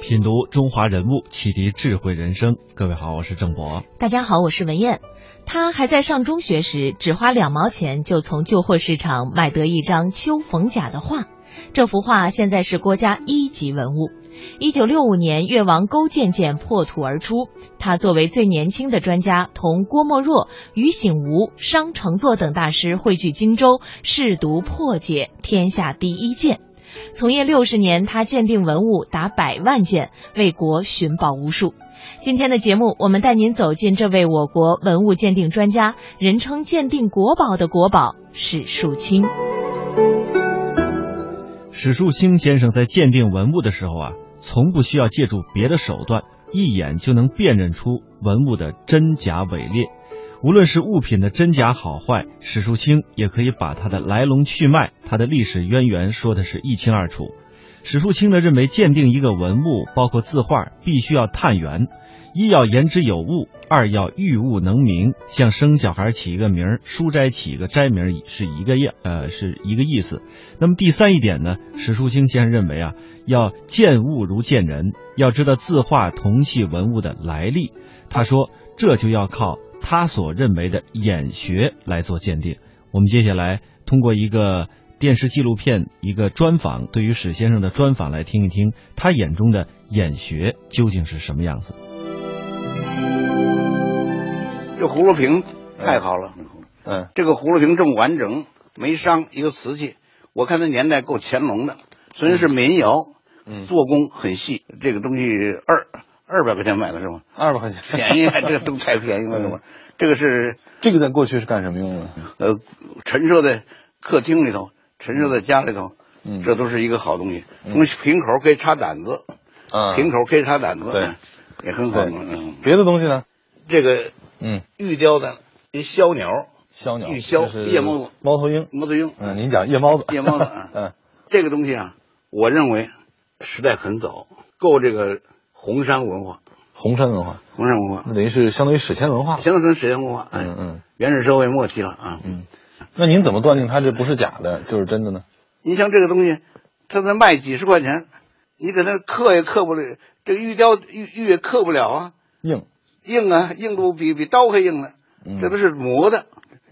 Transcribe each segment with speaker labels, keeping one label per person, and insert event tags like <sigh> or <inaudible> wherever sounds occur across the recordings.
Speaker 1: 品读中华人物，启迪智慧人生。各位好，我是郑博。
Speaker 2: 大家好，我是文燕。他还在上中学时，只花两毛钱就从旧货市场买得一张邱逢甲的画。这幅画现在是国家一级文物。一九六五年，越王勾践剑破土而出，他作为最年轻的专家，同郭沫若、于醒吾、商承祚等大师汇聚荆州，试图破解天下第一剑。从业六十年，他鉴定文物达百万件，为国寻宝无数。今天的节目，我们带您走进这位我国文物鉴定专家，人称鉴定国宝的国宝史树清。
Speaker 1: 史树清先生在鉴定文物的时候啊，从不需要借助别的手段，一眼就能辨认出文物的真假伪劣。无论是物品的真假好坏，史树清也可以把它的来龙去脉、它的历史渊源说的是一清二楚。史树清呢认为，鉴定一个文物，包括字画，必须要探源，一要言之有物，二要遇物能名，像生小孩起一个名儿，书斋起一个斋名儿是一个样，呃，是一个意思。那么第三一点呢，史树清先生认为啊，要见物如见人，要知道字画铜器文物的来历。他说，这就要靠他所认为的眼学来做鉴定。我们接下来通过一个电视纪录片、一个专访，对于史先生的专访来听一听，他眼中的眼学究竟是什么样子。
Speaker 3: 这葫芦瓶太好了，
Speaker 4: 哎嗯，
Speaker 3: 这个葫芦瓶这么完整，没伤，一个瓷器，我看它年代够乾隆的，虽然是民窑，
Speaker 4: 嗯
Speaker 3: 做工很细，这个东西二二百块钱买的是吗？
Speaker 4: 二百块钱，
Speaker 3: 便宜，啊这个都太便宜了是吧？
Speaker 4: 嗯
Speaker 3: <laughs> 这个是
Speaker 4: 这个在过去是干什么用的？
Speaker 3: 呃陈设在客厅里头，陈设在家里头，
Speaker 4: 嗯
Speaker 3: 这都是一个好东西。从瓶口可以插胆子，
Speaker 1: 嗯
Speaker 4: 啊
Speaker 3: 瓶口可以插胆子，
Speaker 4: 对，
Speaker 3: 也很好。
Speaker 4: 对
Speaker 3: 嗯，
Speaker 4: 别的东西呢？
Speaker 3: 这个
Speaker 4: 嗯，
Speaker 3: 玉雕的一小鸟，
Speaker 4: 枭鸟、
Speaker 3: 玉枭
Speaker 4: 这是
Speaker 3: 夜猫子
Speaker 4: 猫头鹰。
Speaker 3: 猫头鹰，
Speaker 4: 嗯，您讲夜猫子，
Speaker 3: <laughs> 夜
Speaker 4: <laughs>
Speaker 3: 猫子啊
Speaker 4: 嗯，
Speaker 3: 这个东西啊，我认为时代很早，够这个红山文化，
Speaker 4: 红山文化，
Speaker 3: 红山文化，
Speaker 4: 那等于是相当于史前文化了。
Speaker 3: 相当于史前文化，哎，
Speaker 4: 嗯嗯，
Speaker 3: 原始社会末期了啊。
Speaker 4: 嗯那您怎么断定它这不是假的，就是真的呢？
Speaker 3: 你像这个东西，它才卖几十块钱，你给它刻也刻不了，这个玉雕玉玉也刻不了啊，
Speaker 4: 硬，
Speaker 3: 硬啊，硬度比比刀还硬呢、
Speaker 4: 嗯
Speaker 3: 这都是磨的、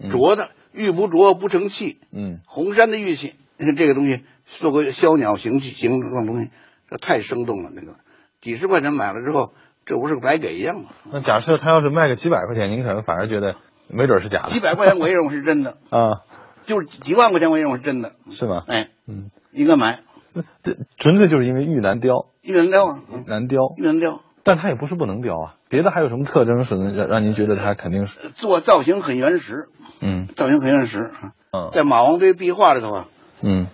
Speaker 3: 琢的，玉不琢不成器。
Speaker 4: 嗯，
Speaker 3: 红山的玉器， <laughs> 这个东西做个枭鸟形器形状的东西，这太生动了。那个几十块钱买了之后，这不是白给一样吗？
Speaker 4: 那假设它要是卖个几百块钱，您可能反而觉得没准是假的。
Speaker 3: 几百块钱我也认为是真的，
Speaker 4: 啊，
Speaker 3: 就是几万块钱我也认为是真的。
Speaker 4: 是吗？
Speaker 3: 哎，
Speaker 4: 嗯，
Speaker 3: 应该买
Speaker 4: 那这纯粹就是因为玉难雕，
Speaker 3: 玉兰雕啊，嗯
Speaker 4: 难雕，
Speaker 3: 玉兰雕
Speaker 4: 但它也不是不能雕啊。别的还有什么特征是能让让您觉得它肯定是？
Speaker 3: 做造型很原始，
Speaker 4: 嗯
Speaker 3: 造型很原始啊。
Speaker 4: 嗯
Speaker 3: 在马王堆壁画里头啊，
Speaker 4: 嗯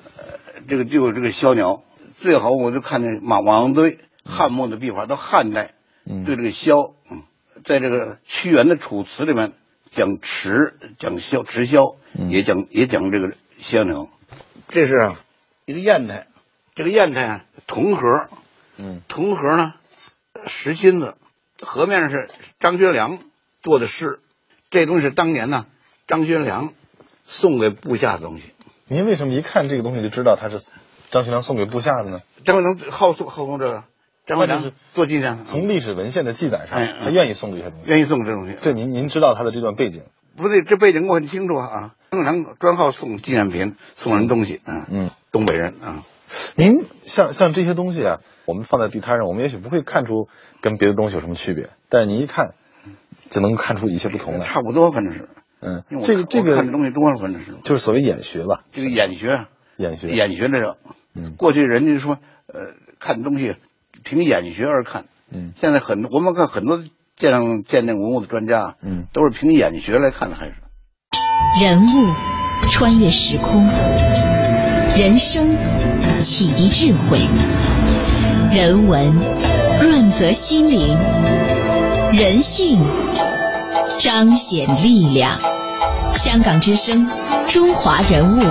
Speaker 3: 这个就有这个枭鸟，最好我就看见马马王堆汉墓的壁画，到汉代
Speaker 4: 嗯，
Speaker 3: 对这个枭，嗯，在这个屈原的《楚辞》里面讲驰，讲枭，驰枭，
Speaker 4: 嗯
Speaker 3: 也讲也讲这个枭鸟，这是啊一个砚台，这个砚台啊铜盒，
Speaker 4: 嗯
Speaker 3: 铜盒呢实心子，盒面上是张学良做的诗，这东西是当年呢张学良送给部下的东西。
Speaker 4: 您为什么一看这个东西就知道它是张学良送给部下的呢？
Speaker 3: 张学良好送好送这个，张
Speaker 4: 那就
Speaker 3: 学良
Speaker 4: 是
Speaker 3: 做纪念，
Speaker 4: 从历史文献的记载上，
Speaker 3: 哎嗯
Speaker 4: 他愿意送这些东西。
Speaker 3: 愿意送这东西。
Speaker 4: 这您您知道他的这段背景，
Speaker 3: 不对，这背景我很清楚啊。张学良专好送纪念品，送人东西啊。
Speaker 4: 嗯，
Speaker 3: 东北人啊，
Speaker 4: 您像像这些东西啊，我们放在地摊上，我们也许不会看出跟别的东西有什么区别，但是您一看，就能看出一些不同来。
Speaker 3: 差不多反正是。
Speaker 4: 嗯
Speaker 3: 因为，我
Speaker 4: 这个
Speaker 3: 看
Speaker 4: 这
Speaker 3: 我看这
Speaker 4: 个
Speaker 3: 东西多了，反正是
Speaker 4: 就是所谓眼学吧，
Speaker 3: 这个眼学，
Speaker 4: 眼学。
Speaker 3: 眼学这个，
Speaker 4: 嗯
Speaker 3: 过去人家说呃看东西凭眼学而看，
Speaker 4: 嗯
Speaker 3: 现在很我们看很多鉴定鉴定文物的专家，啊
Speaker 4: 嗯，
Speaker 3: 都是凭眼学来看的，还是
Speaker 5: 人物穿越时空，人生启迪智慧；人文润泽心灵，人性彰显力量。香港之声，中华人物，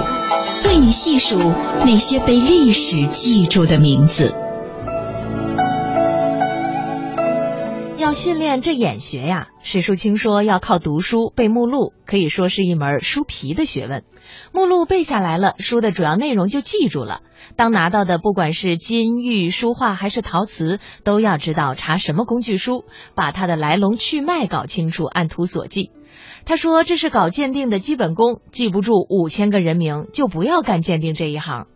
Speaker 5: 为你细数那些被历史记住的名字。
Speaker 2: 要训练这眼学呀，史树清说要靠读书背目录，可以说是一门书皮的学问。目录背下来了，书的主要内容就记住了。当拿到的不管是金玉、书画还是陶瓷，都要知道查什么工具书，把它的来龙去脉搞清楚，按图索骥。他说这是搞鉴定的基本功，记不住五千个人名就不要干鉴定这一行。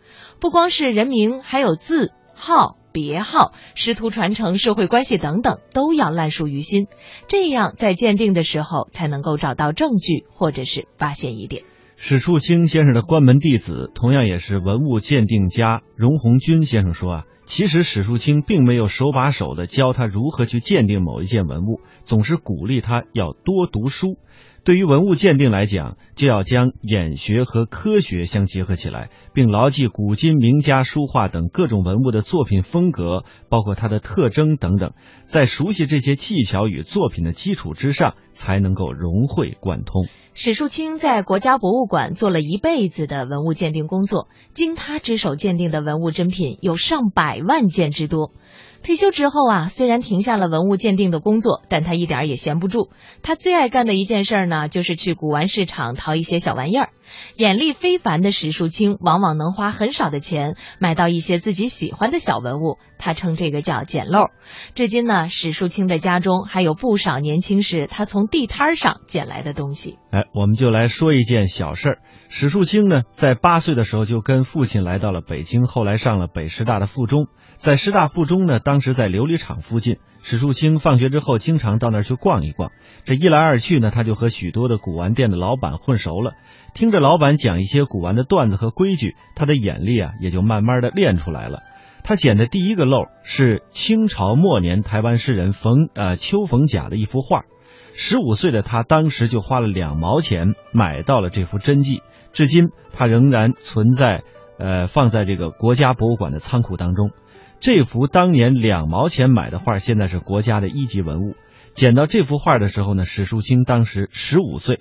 Speaker 2: 不光是人名，还有字号。别号、师徒传承、社会关系等等，都要烂熟于心，这样在鉴定的时候才能够找到证据或者是发现疑点。
Speaker 1: 史树清先生的关门弟子，同样也是文物鉴定家荣红军先生说啊，其实史树清并没有手把手的教他如何去鉴定某一件文物，总是鼓励他要多读书。对于文物鉴定来讲，就要将眼学和科学相结合起来，并牢记古今名家书画等各种文物的作品风格，包括它的特征等等，在熟悉这些技巧与作品的基础之上，才能够融会贯通。
Speaker 2: 史树清在国家博物馆做了一辈子的文物鉴定工作，经他之手鉴定的文物珍品有上百万件之多。退休之后啊，虽然停下了文物鉴定的工作，但他一点儿也闲不住。他最爱干的一件事儿呢，就是去古玩市场淘一些小玩意儿。眼力非凡的史树清，往往能花很少的钱买到一些自己喜欢的小文物，他称这个叫捡漏。至今呢，史树清的家中还有不少年轻时他从地摊儿上捡来的东西。
Speaker 1: 哎，我们就来说一件小事儿。史树清呢，在八岁的时候就跟父亲来到了北京，后来上了北师大的附中。在师大附中呢，当时在琉璃厂附近。史树清放学之后经常到那儿去逛一逛。这一来二去呢，他就和许多的古玩店的老板混熟了。听着老板讲一些古玩的段子和规矩，他的眼力啊也就慢慢的练出来了。他捡的第一个漏是清朝末年台湾诗人冯呃邱逢甲的一幅画。十五岁的他当时就花了两毛钱买到了这幅真迹，至今它仍然存在，呃，放在这个国家博物馆的仓库当中。这幅当年两毛钱买的画，现在是国家的一级文物。捡到这幅画的时候呢，史树清当时十五岁。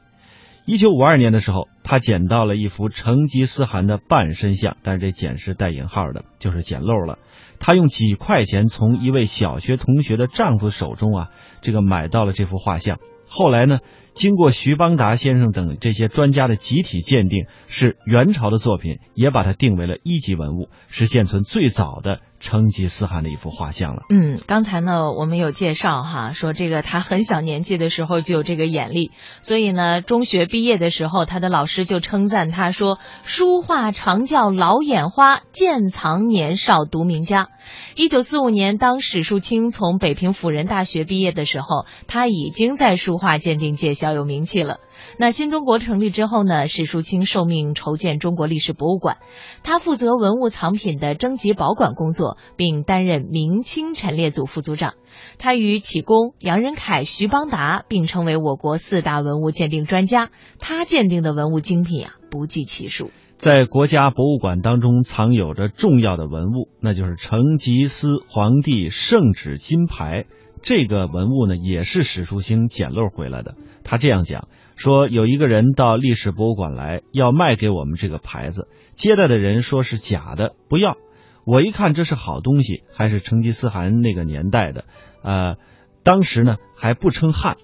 Speaker 1: 一九五二年的时候，他捡到了一幅成吉思汗的半身像，但是这“捡”是带引号的，就是捡漏了。他用几块钱从一位小学同学的丈夫手中啊，这个买到了这幅画像。后来呢，经过徐邦达先生等这些专家的集体鉴定，是元朝的作品，也把它定为了一级文物，是现存最早的成吉思汗的一幅画像了。
Speaker 2: 嗯，刚才呢，我们有介绍哈，说这个他很小年纪的时候就有这个眼力，所以呢，中学毕业的时候，他的老师就称赞他说：“书画常教老眼花，鉴藏年少读名家。”一九四五年，当史树清从北平辅仁大学毕业的时候，他已经在书画鉴定界小有名气了。那新中国成立之后呢，史树清受命筹建中国历史博物馆，他负责文物藏品的征集保管工作，并担任明清陈列组副组长。他与启功、杨仁凯、徐邦达并称为我国四大文物鉴定专家。他鉴定的文物精品啊，不计其数。
Speaker 1: 在国家博物馆当中藏有着重要的文物，那就是成吉思皇帝圣旨金牌。这个文物呢，也是史书清捡漏回来的。他这样讲说，有一个人到历史博物馆来，要卖给我们这个牌子，接待的人说是假的，不要。我一看这是好东西，还是成吉思汗那个年代的，呃，当时呢还不称汉。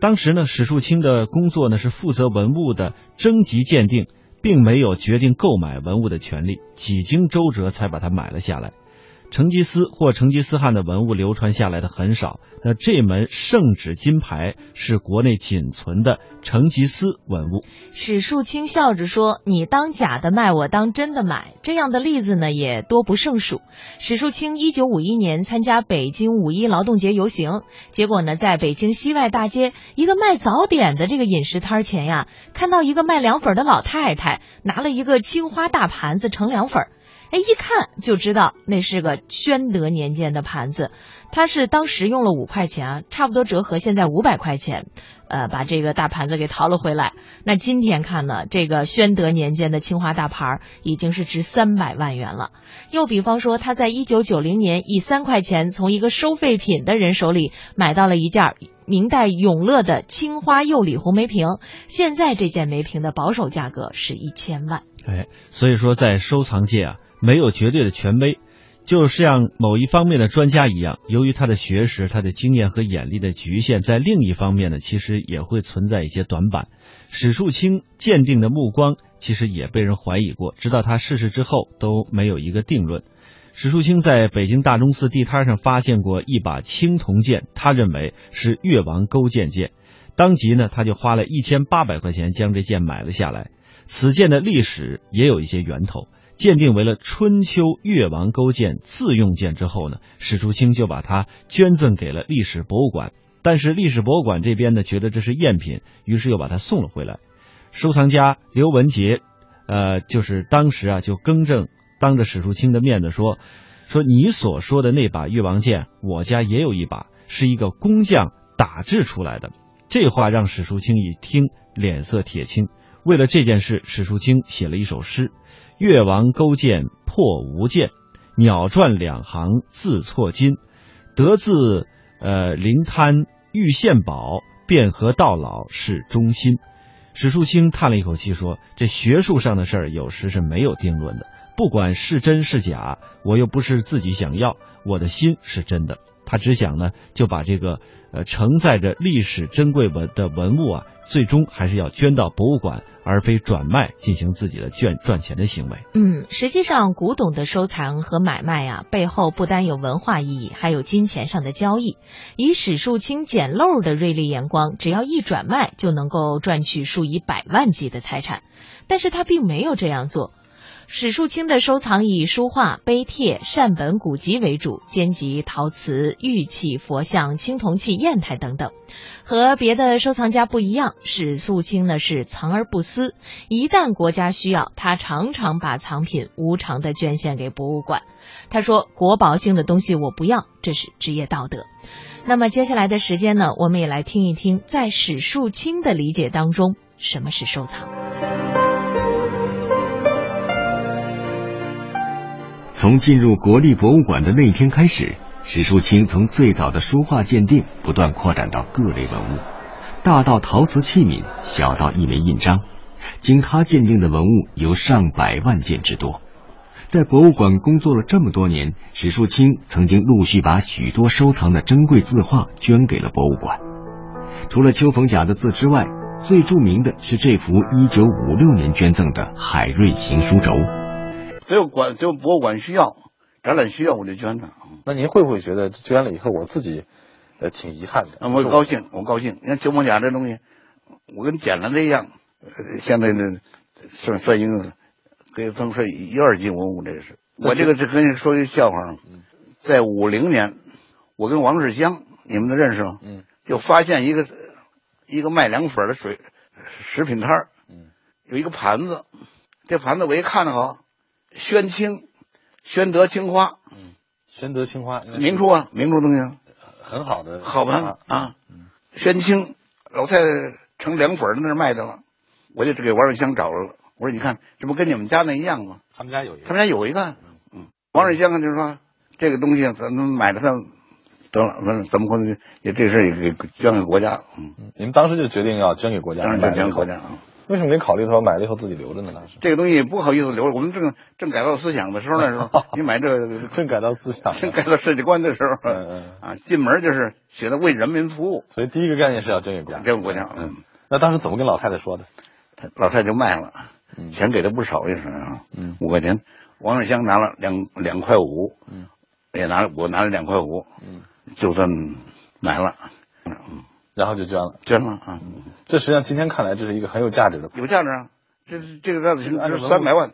Speaker 1: 当时呢，史树清的工作呢是负责文物的征集鉴定。并没有决定购买文物的权利，几经周折才把它买了下来。成吉思或成吉思汗的文物流传下来的很少，那这门圣旨金牌是国内仅存的成吉思文物。
Speaker 2: 史树清笑着说：“你当假的卖，我当真的买。”这样的例子呢也多不胜数。史树清一九五一年参加北京五一劳动节游行，结果呢在北京西外大街一个卖早点的这个饮食摊儿前呀，看到一个卖凉粉儿的老太太拿了一个青花大盘子盛凉粉儿。哎，一看就知道那是个宣德年间的盘子，它是当时用了五块钱啊，差不多折合现在五百块钱，呃，把这个大盘子给淘了回来。那今天看呢，这个宣德年间的青花大盘儿已经是值三百万元了。又比方说，他在一九九零年以三块钱从一个收废品的人手里买到了一件明代永乐的青花釉里红梅瓶，现在这件梅瓶的保守价格是一千万。
Speaker 1: 哎，所以说在收藏界啊，没有绝对的权威，就像某一方面的专家一样，由于他的学识、他的经验和眼力的局限，在另一方面呢，其实也会存在一些短板。史树清鉴定的目光其实也被人怀疑过，直到他逝世之后都没有一个定论。史树清在北京大钟寺地摊上发现过一把青铜剑，他认为是越王勾践剑，当即呢，他就花了一千八百块钱将这剑买了下来。此剑的历史也有一些源头，鉴定为了春秋越王勾践自用剑之后呢，史树清就把它捐赠给了历史博物馆。但是历史博物馆这边呢，觉得这是赝品，于是又把它送了回来。收藏家刘文杰，呃，就是当时啊，就更正，当着史树清的面子说，说你所说的那把越王剑，我家也有一把，是一个工匠打制出来的。这话让史树清一听，脸色铁青。为了这件事，史树清写了一首诗：“越王勾践破吴剑，鸟篆两行字错金。得自呃临滩遇献宝，汴河到老是忠心。”史树清叹了一口气说：“这学术上的事儿，有时是没有定论的。不管是真是假，我又不是自己想要，我的心是真的。”他只想呢，就把这个呃承载着历史珍贵文的文物啊，最终还是要捐到博物馆，而非转卖进行自己的赚赚钱的行为。
Speaker 2: 嗯，实际上，古董的收藏和买卖啊，背后不单有文化意义，还有金钱上的交易。以史树清捡漏的锐利眼光，只要一转卖，就能够赚取数以百万计的财产，但是他并没有这样做。史树清的收藏以书画、碑帖、善本古籍为主，兼及陶瓷、玉器、佛像、青铜器、砚台等等。和别的收藏家不一样，史树清呢是藏而不私，一旦国家需要，他常常把藏品无偿的捐献给博物馆。他说：“国宝性的东西我不要，这是职业道德。”那么接下来的时间呢，我们也来听一听，在史树清的理解当中，什么是收藏。
Speaker 6: 从进入国立博物馆的那一天开始，史树清从最早的书画鉴定不断扩展到各类文物，大到陶瓷器皿，小到一枚印章。经他鉴定的文物有上百万件之多。在博物馆工作了这么多年，史树清曾经陆续把许多收藏的珍贵字画捐给了博物馆。除了丘逢甲的字之外，最著名的是这幅1956年捐赠的海瑞行书轴。
Speaker 3: 只有馆只有博物馆需要，展览需要我就捐了。
Speaker 4: 那您会不会觉得捐了以后我自己，呃，挺遗憾的？
Speaker 3: 啊，我高兴，我高兴。你看九毛甲这东西，我跟捡了那样，呃，现在呢，算算一个，可以分算一二级文物，这是。我这个这跟你说一笑话，啊
Speaker 4: 嗯
Speaker 3: 在五零年，我跟王世襄，你们都认识吗？
Speaker 4: 嗯，
Speaker 3: 就发现一个一个卖凉粉的水食品摊儿，
Speaker 4: 嗯，
Speaker 3: 有一个盘子，这盘子我一看好，宣清、宣德青花，
Speaker 4: 宣德青花，
Speaker 3: 明初啊，明初东西啊，
Speaker 4: 很好的
Speaker 3: 好
Speaker 4: 青
Speaker 3: 吧
Speaker 4: 花
Speaker 3: 啊，宣清老太太盛凉粉儿那儿卖的了，我就给王瑞香找着了。我说你看，这不跟你们家那一样吗？
Speaker 4: 他们家有一
Speaker 3: 他们家有一个，嗯，王瑞香就说这个东西咱们买了它，得了，完了怎么可能也这事儿也给捐给国家，嗯，
Speaker 4: 你们当时就决定要捐给国家，
Speaker 3: 当然
Speaker 4: 买
Speaker 3: 就
Speaker 4: 了
Speaker 3: 捐
Speaker 4: 以
Speaker 3: 给
Speaker 4: 后
Speaker 3: 国家。啊。
Speaker 4: 为什么没考虑说买了以后自己留着呢？当时
Speaker 3: 这个东西不好意思留着，我们正正改造思想的时 <laughs> 候，那时候你买这 <laughs> 个
Speaker 4: 正改造思想了，
Speaker 3: <laughs> 正改造世界观的时候，
Speaker 4: 嗯嗯
Speaker 3: 啊，进门就是写的为人民服务，
Speaker 4: 所以第一个概念是要捐给国家。
Speaker 3: 这个国家，嗯，
Speaker 4: 那当时怎么跟老太太说的？
Speaker 3: 老太太就卖了
Speaker 4: 嗯，
Speaker 3: 钱给的不少也是啊，
Speaker 4: 嗯
Speaker 3: 五块钱，王瑞香拿了两两块五，
Speaker 4: 嗯，
Speaker 3: 也拿了我拿了两块五，
Speaker 4: 嗯，
Speaker 3: 就算买了，
Speaker 4: 然后就捐了。
Speaker 3: 捐了啊，
Speaker 4: 这实际上今天看来，这是一个很有价值的，
Speaker 3: 有价值啊，这是这个价值
Speaker 4: 按照文物
Speaker 3: 三百万，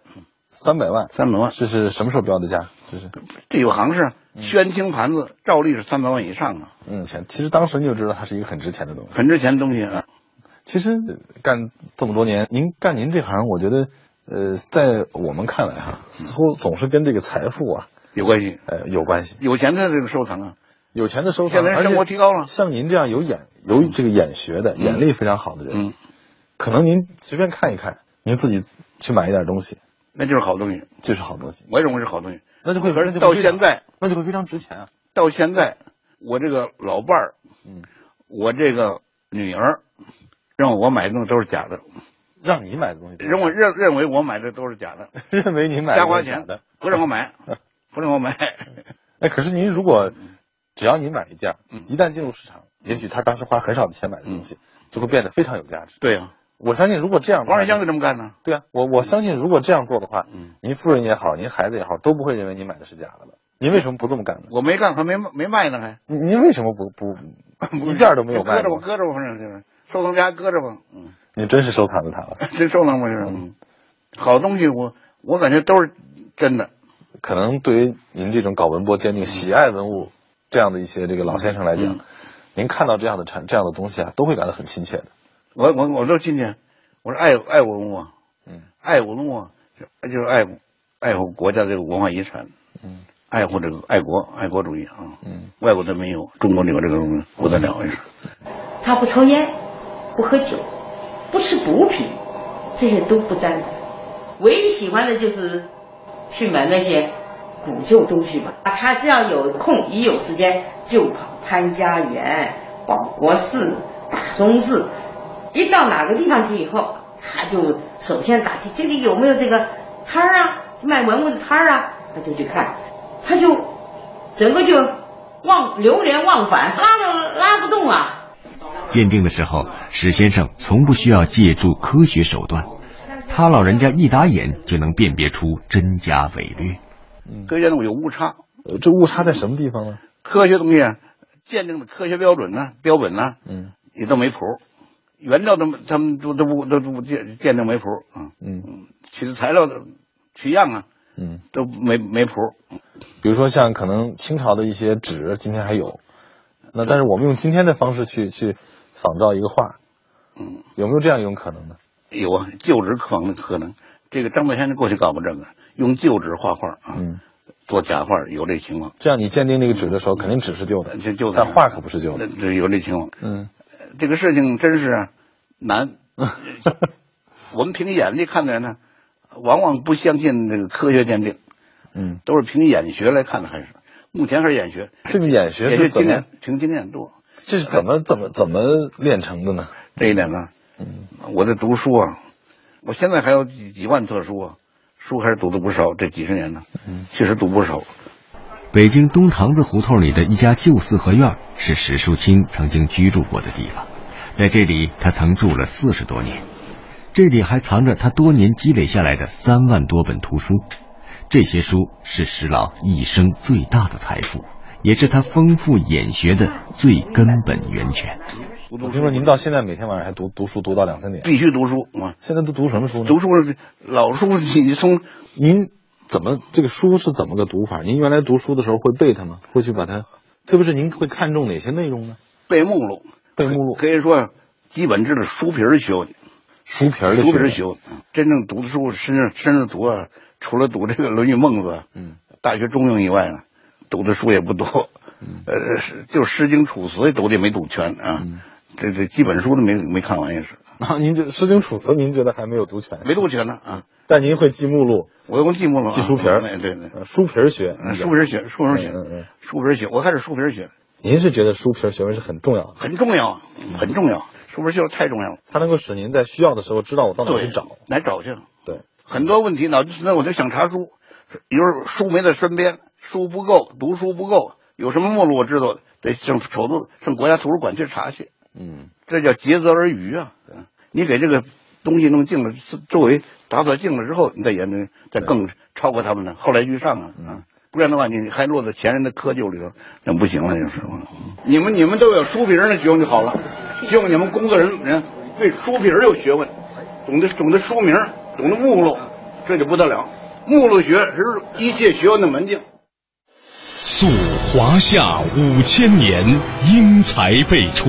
Speaker 4: 三百万。
Speaker 3: 三百万，
Speaker 4: 这是什么时候标的价？这是
Speaker 3: 这有行市，宣清盘子照例是三百万以上啊，
Speaker 4: 嗯钱，其实当时你就知道它是一个很值钱的东西。
Speaker 3: 很值钱的东西啊，
Speaker 4: 其实呃干这么多年，您干您这行，我觉得呃，在我们看来哈、似乎总是跟这个财富啊，
Speaker 3: 有关系。
Speaker 4: 呃，有关系。
Speaker 3: 有钱的这个收藏啊，
Speaker 4: 有钱的收藏，
Speaker 3: 现在
Speaker 4: 而且
Speaker 3: 生活提高了
Speaker 4: 像您这样有眼有这个眼学的、眼力非常好的人，
Speaker 3: 嗯，
Speaker 4: 可能您随便看一看，您自己去买一点东西，
Speaker 3: 那就是好东西。
Speaker 4: 这是好东西，
Speaker 3: 我认为是好东西。
Speaker 4: 那就会
Speaker 3: 可
Speaker 4: 那
Speaker 3: 是
Speaker 4: 就会
Speaker 3: 到
Speaker 4: 非常
Speaker 3: 现在，
Speaker 4: 那就会非常值钱啊。
Speaker 3: 到现在，我这个老伴儿，
Speaker 4: 嗯，
Speaker 3: 我这个女儿，让我买的东西都是假的，
Speaker 4: 让你买的东西，
Speaker 3: 认为认认为我买的都是假的，
Speaker 4: 认为您买的
Speaker 3: 瞎花
Speaker 4: 是假
Speaker 3: 钱
Speaker 4: 的，，
Speaker 3: 不让我买，不让
Speaker 4: <laughs>
Speaker 3: 我买。
Speaker 4: 哎，可是您如果只要你买一件，
Speaker 3: 嗯
Speaker 4: 一旦进入市场，也许他当时花很少的钱买的东西，就会变得非常有价值。
Speaker 3: 对呀，
Speaker 4: 我相信，如果这样的话，
Speaker 3: 王二香就这么干呢。
Speaker 4: 对啊，我我相信，如果这样做的话，
Speaker 3: 嗯
Speaker 4: 您夫人也好，您孩子也好，都不会认为你买的是假的了。您为什么不这么干呢？
Speaker 3: 我没干，还没没卖呢，还
Speaker 4: 您您为什么不
Speaker 3: <laughs>
Speaker 4: 不 <laughs> 一件儿都没有卖
Speaker 3: 搁着吧，
Speaker 4: 过？
Speaker 3: 搁着吧，反正就是收藏家搁着吧。嗯，
Speaker 4: 你真是收藏着它了。
Speaker 3: 这收藏吧，就是嗯好东西我，我感觉都是真的。
Speaker 4: 可能对于您这种搞文博鉴定、喜爱文物这样的一些这个老先生来讲，
Speaker 3: 嗯
Speaker 4: 您看到这样的产这样的东西啊，都会感到很亲切的。
Speaker 3: 我我我都进去，我是爱爱文物啊，
Speaker 4: 嗯，
Speaker 3: 爱文物啊，就就是爱护爱护国家这个文化遗产，
Speaker 4: 嗯，
Speaker 3: 爱护这个爱国爱国主义啊，
Speaker 4: 嗯，
Speaker 3: 外国的没有，中国有这个东西不得了呀。
Speaker 7: 他不抽烟，不喝酒，不吃补品，这些都不沾的。唯一喜欢的就是去买那些古旧东西吧。啊，他只要有空，一有时间就跑潘家园、保国寺、大钟寺。一到哪个地方去以后，他就首先打听这里有没有这个摊儿啊，卖文物的摊儿啊，他就去看，他就整个就忘流连忘返，拉都拉不动啊。
Speaker 6: 鉴定的时候，史先生从不需要借助科学手段，他老人家一打眼就能辨别出真假伪劣。
Speaker 4: 嗯
Speaker 3: 科学东西有误差，
Speaker 4: 呃，这误差在什么地方呢？
Speaker 3: 科学东西啊鉴定的科学标准呢、标本呢、啊
Speaker 4: 嗯
Speaker 3: 也都没谱，原料都他们都都不都都不鉴鉴定没谱啊，
Speaker 4: 嗯
Speaker 3: 取的材料的取样啊
Speaker 4: 嗯，
Speaker 3: 都没没谱，
Speaker 4: 比如说像可能清朝的一些纸，今天还有，那但是我们用今天的方式去去仿照一个画，
Speaker 3: 嗯，
Speaker 4: 有没有这样一种可能呢？
Speaker 3: 有啊，旧纸可能可能，这个张百山过去搞过这个，用旧纸画画啊，
Speaker 4: 嗯，
Speaker 3: 做假画有这情况，
Speaker 4: 这样你鉴定那个纸的时候，肯定纸是旧的，
Speaker 3: 就就
Speaker 4: 但画可不是旧
Speaker 3: 那
Speaker 4: 的。
Speaker 3: 这有这情况，
Speaker 4: 嗯，
Speaker 3: 这个事情真是啊
Speaker 4: <laughs>
Speaker 3: 难，
Speaker 4: 嗯
Speaker 3: 我们凭眼力看的人呢，往往不相信这个科学鉴定，
Speaker 4: 嗯，
Speaker 3: 都是凭眼学来看的，还是目前还是眼学，
Speaker 4: 这个眼学
Speaker 3: 也
Speaker 4: 是
Speaker 3: 是
Speaker 4: 怎
Speaker 3: 经
Speaker 4: 么
Speaker 3: 验，凭经验多。
Speaker 4: 这是怎么怎么怎么练成的呢？
Speaker 3: 这一点呢，
Speaker 4: 嗯
Speaker 3: 我在读书啊，我现在还有几几万册书啊，书还是读的不少，这几十年呢，
Speaker 4: 嗯
Speaker 3: 确实读不少。
Speaker 6: 北京东堂子胡同里的一家旧四合院是史树清曾经居住过的地方，在这里他曾住了四十多年，这里还藏着他多年积累下来的三万多本图书，这些书是史老一生最大的财富，也是他丰富眼学的最根本源泉。
Speaker 4: 我听说您到现在每天晚上还读读书，读到两三点。
Speaker 3: 必须读书啊！
Speaker 4: 现在都读什么书呢？
Speaker 3: 读书老书，你从
Speaker 4: 您怎么这个书是怎么个读法？您原来读书的时候会背它吗？会去把它，特别是您会看重哪些内容呢？
Speaker 3: 背目录，
Speaker 4: 背目录、
Speaker 3: 可以说基本知道书皮儿学问，
Speaker 4: 书皮儿的
Speaker 3: 书皮儿
Speaker 4: 学
Speaker 3: 学问。嗯真正读的书，深入深入读啊，除了读这个《论语》《孟子》《
Speaker 4: 嗯
Speaker 3: 大学》《中庸》以外啊，读的书也不多。
Speaker 4: 嗯
Speaker 3: 呃，是就《诗经》《楚辞》读的也没读全啊，这这基本书都没没看完也是，
Speaker 4: 啊。您这《诗经》《楚辞》，您觉得还没有读全，
Speaker 3: 没读全呢啊。
Speaker 4: 但您会记目录、
Speaker 3: 我我记目了啊，
Speaker 4: 记书皮儿，
Speaker 3: 哎对对，
Speaker 4: 呃书皮儿学
Speaker 3: 嗯，书皮儿学，书皮儿学
Speaker 4: 嗯嗯嗯，
Speaker 3: 书皮儿学，我还是书皮儿学
Speaker 4: 您是觉得书皮儿学问是很重要的，
Speaker 3: 很重要，很重要，书皮儿学太重要了。
Speaker 4: 它能够使您在需要的时候知道我到哪儿去
Speaker 3: 对，
Speaker 4: 找。
Speaker 3: 来找去。
Speaker 4: 对，
Speaker 3: 很多问题脑子那我就想查书，有时候书没在身边，书不够，读书不够，有什么目录我知道，得上首都上国家图书馆去查去，
Speaker 4: 嗯，
Speaker 3: 这叫竭泽而渔啊！你给这个东西弄净了，周围打扫净了之后，你再研究，再更超过他们呢，后来居上啊！啊，不然的话，你还落在前人的窠臼里头，那不行了，就是。你们你们都有书皮儿的学问就好了，希望你们工作人人对书皮儿有学问，懂得懂得书名，懂得目录，这就不得了。目录学是一切学问的门径。
Speaker 8: 溯华夏五千年，英才辈出，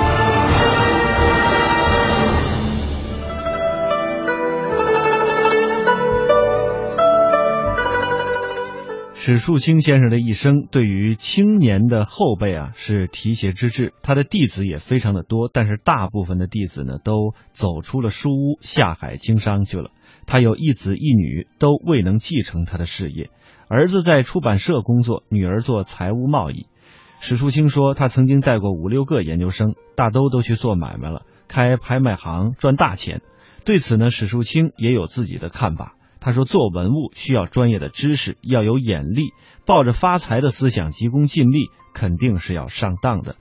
Speaker 1: 史树清先生的一生对于青年的后辈啊是提携之至，他的弟子也非常的多，但是大部分的弟子呢都走出了书屋，下海经商去了。他有一子一女，都未能继承他的事业。儿子在出版社工作，女儿做财务贸易。史树清说，他曾经带过五六个研究生，大都都去做买卖了，开拍卖行赚大钱。对此呢，史树清也有自己的看法。他说：“做文物需要专业的知识，要有眼力，抱着发财的思想急功近利，肯定是要上当的。”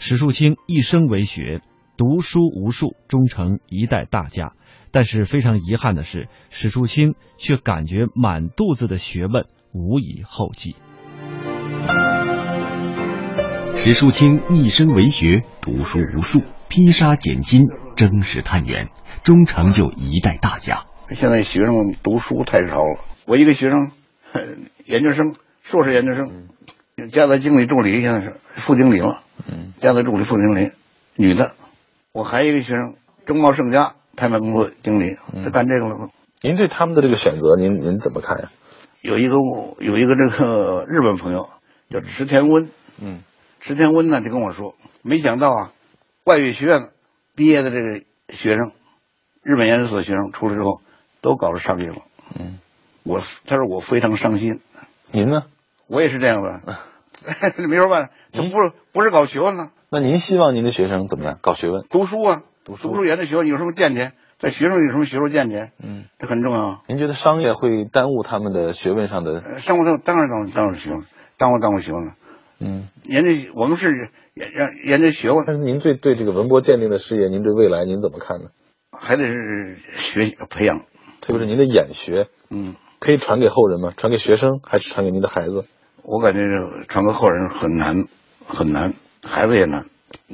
Speaker 1: 史树清一生为学，读书无数，终成一代大家。但是非常遗憾的是，史树清却感觉满肚子的学问无以后继。
Speaker 6: 史树清一生为学，读书无数，披沙拣金，争识探源，终成就一代大家。
Speaker 3: 现在学生读书太少了，我一个学生， <laughs> 研究生，硕士研究生，家在经理助理，现在是副经理了，家在助理副经理，女的。我还有一个学生，中茂盛家拍卖公司经理，他干这个了。
Speaker 4: 您对他们的这个选择，您您怎么看呀、
Speaker 3: 有一个我有一个这个日本朋友叫池田温，
Speaker 4: 嗯，
Speaker 3: 池田温呢就跟我说，没想到啊，外语学院毕业的这个学生，日本研究所学生出来之后。都搞上商业了。
Speaker 4: 嗯，
Speaker 3: 我他说我非常伤心，
Speaker 4: 您呢？
Speaker 3: 我也是这样的，
Speaker 4: 嗯
Speaker 3: <laughs> 没法办，他不是不是搞学问呢，
Speaker 4: 那您希望您的学生怎么样？搞学问？
Speaker 3: 读书啊，
Speaker 4: 读书
Speaker 3: 读书研究学问有什么见解，在学生有什么学术见解，
Speaker 4: 嗯，
Speaker 3: 这很重要啊。
Speaker 4: 您觉得商业会耽误他们的学问上的？
Speaker 3: 呃生活中当然当当然学问，当然当然学问了。
Speaker 4: 嗯，
Speaker 3: 研究我们是研研研究学问，
Speaker 4: 但是您对对这个文博鉴定的事业，您对未来您怎么看呢？
Speaker 3: 还得是学培养。
Speaker 4: 特别是您的眼学，
Speaker 3: 嗯，
Speaker 4: 可以传给后人吗？传给学生，还是传给您的孩子？
Speaker 3: 我感觉这传给后人很难，很难，孩子也难。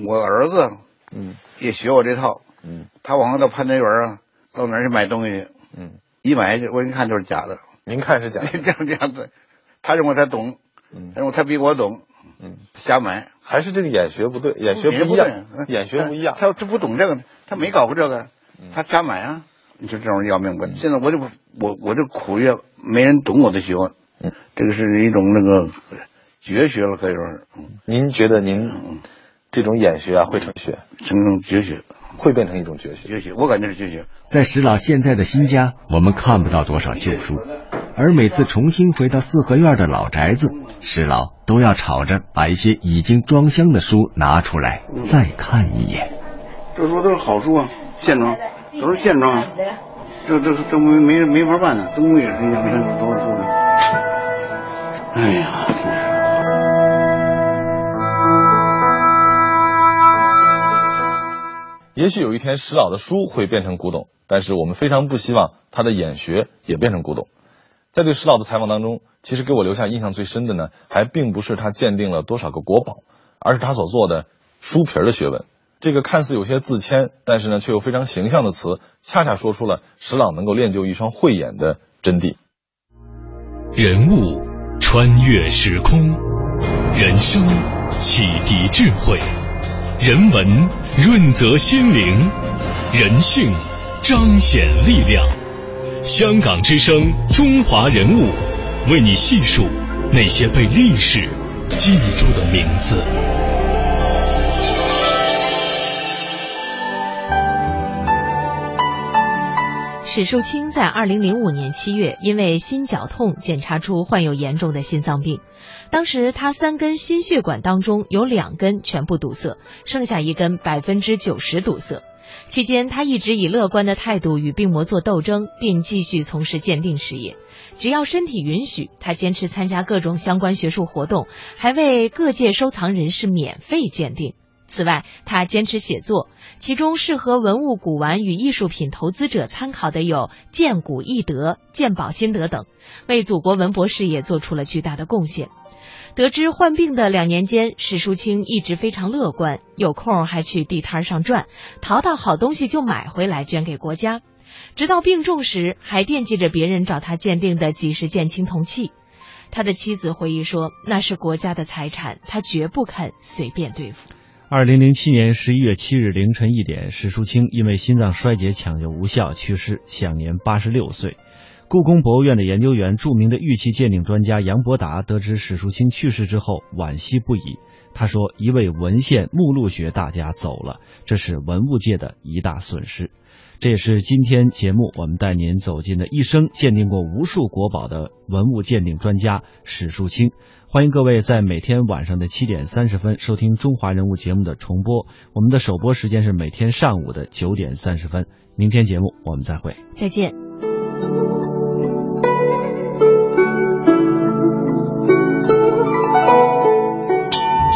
Speaker 3: 我儿子
Speaker 4: 嗯
Speaker 3: 也学我这套，
Speaker 4: 嗯
Speaker 3: 他往后到潘家园啊，到哪儿去买东西去，
Speaker 4: 嗯，
Speaker 3: 一买就我一看就是假的，
Speaker 4: 您看是假
Speaker 3: <laughs> 这
Speaker 4: 的，
Speaker 3: 样这样子，他认为他懂，
Speaker 4: 嗯
Speaker 3: 他认为他比我懂，
Speaker 4: 嗯，
Speaker 3: 瞎买，
Speaker 4: 还是这个眼学不对？眼学
Speaker 3: 也
Speaker 4: 嗯不一嗯样，眼学不一样。嗯
Speaker 3: 他他不懂这个，他没搞过这个，他瞎买啊，你说这种人要命吧？现在我就不我我就苦于没人懂我的学问
Speaker 4: 嗯，
Speaker 3: 这个是一种那个绝学了，可以说是，嗯，
Speaker 4: 您觉得您这种眼学啊，会成学，
Speaker 3: 成种绝学，
Speaker 4: 会变成一种绝学？
Speaker 3: 绝学，我感觉是绝学。
Speaker 6: 在石老现在的新家，我们看不到多少旧书，而每次重新回到四合院的老宅子，石老都要吵着把一些已经装箱的书拿出来再看一眼。
Speaker 3: 这书都是好书啊，现装，都是现装啊，这这这没没没法办呢，东西也是一样，这都是书呢。哎呀，真是。
Speaker 4: 也许有一天石老的书会变成古董，但是我们非常不希望他的眼学也变成古董。在对石老的采访当中，其实给我留下印象最深的呢，还并不是他鉴定了多少个国宝，而是他所做的书皮儿的学问。这个看似有些自谦，但是呢却又非常形象的词，恰恰说出了石老能够练就一双慧眼的真谛。
Speaker 8: 人物穿越时空，人生启迪智慧，人文润泽心灵，人性彰显力量。香港之声《中华人物》为你细数那些被历史记住的名字。
Speaker 2: 史树清在二零零五年七月，因为心绞痛检查出患有严重的心脏病。当时他三根心血管当中有两根全部堵塞，剩下一根百分之九十堵塞。期间，他一直以乐观的态度与病魔做斗争，并继续从事鉴定事业。只要身体允许，他坚持参加各种相关学术活动，还为各界收藏人士免费鉴定。此外，他坚持写作，其中适合文物古玩与艺术品投资者参考的有《鉴古益德》《鉴宝心得》等，为祖国文博事业做出了巨大的贡献。得知患病的两年间，史书清一直非常乐观，有空还去地摊上转，淘到好东西就买回来捐给国家。直到病重时，还惦记着别人找他鉴定的几十件青铜器。他的妻子回忆说：“那是国家的财产，他绝不肯随便对付。”
Speaker 1: 二零零七年十一月七日凌晨一点，史书清因为心脏衰竭抢救无效去世，享年八十六岁。故宫博物院的研究员、著名的玉器鉴定专家杨伯达得知史书清去世之后，惋惜不已。他说：“一位文献目录学大家走了，这是文物界的一大损失。”这也是今天节目我们带您走进的一生鉴定过无数国宝的文物鉴定专家史树清。欢迎各位在每天晚上的七点三十分收听《中华人物》节目的重播。我们的首播时间是每天上午的九点三十分。明天节目我们再会，
Speaker 2: 再见。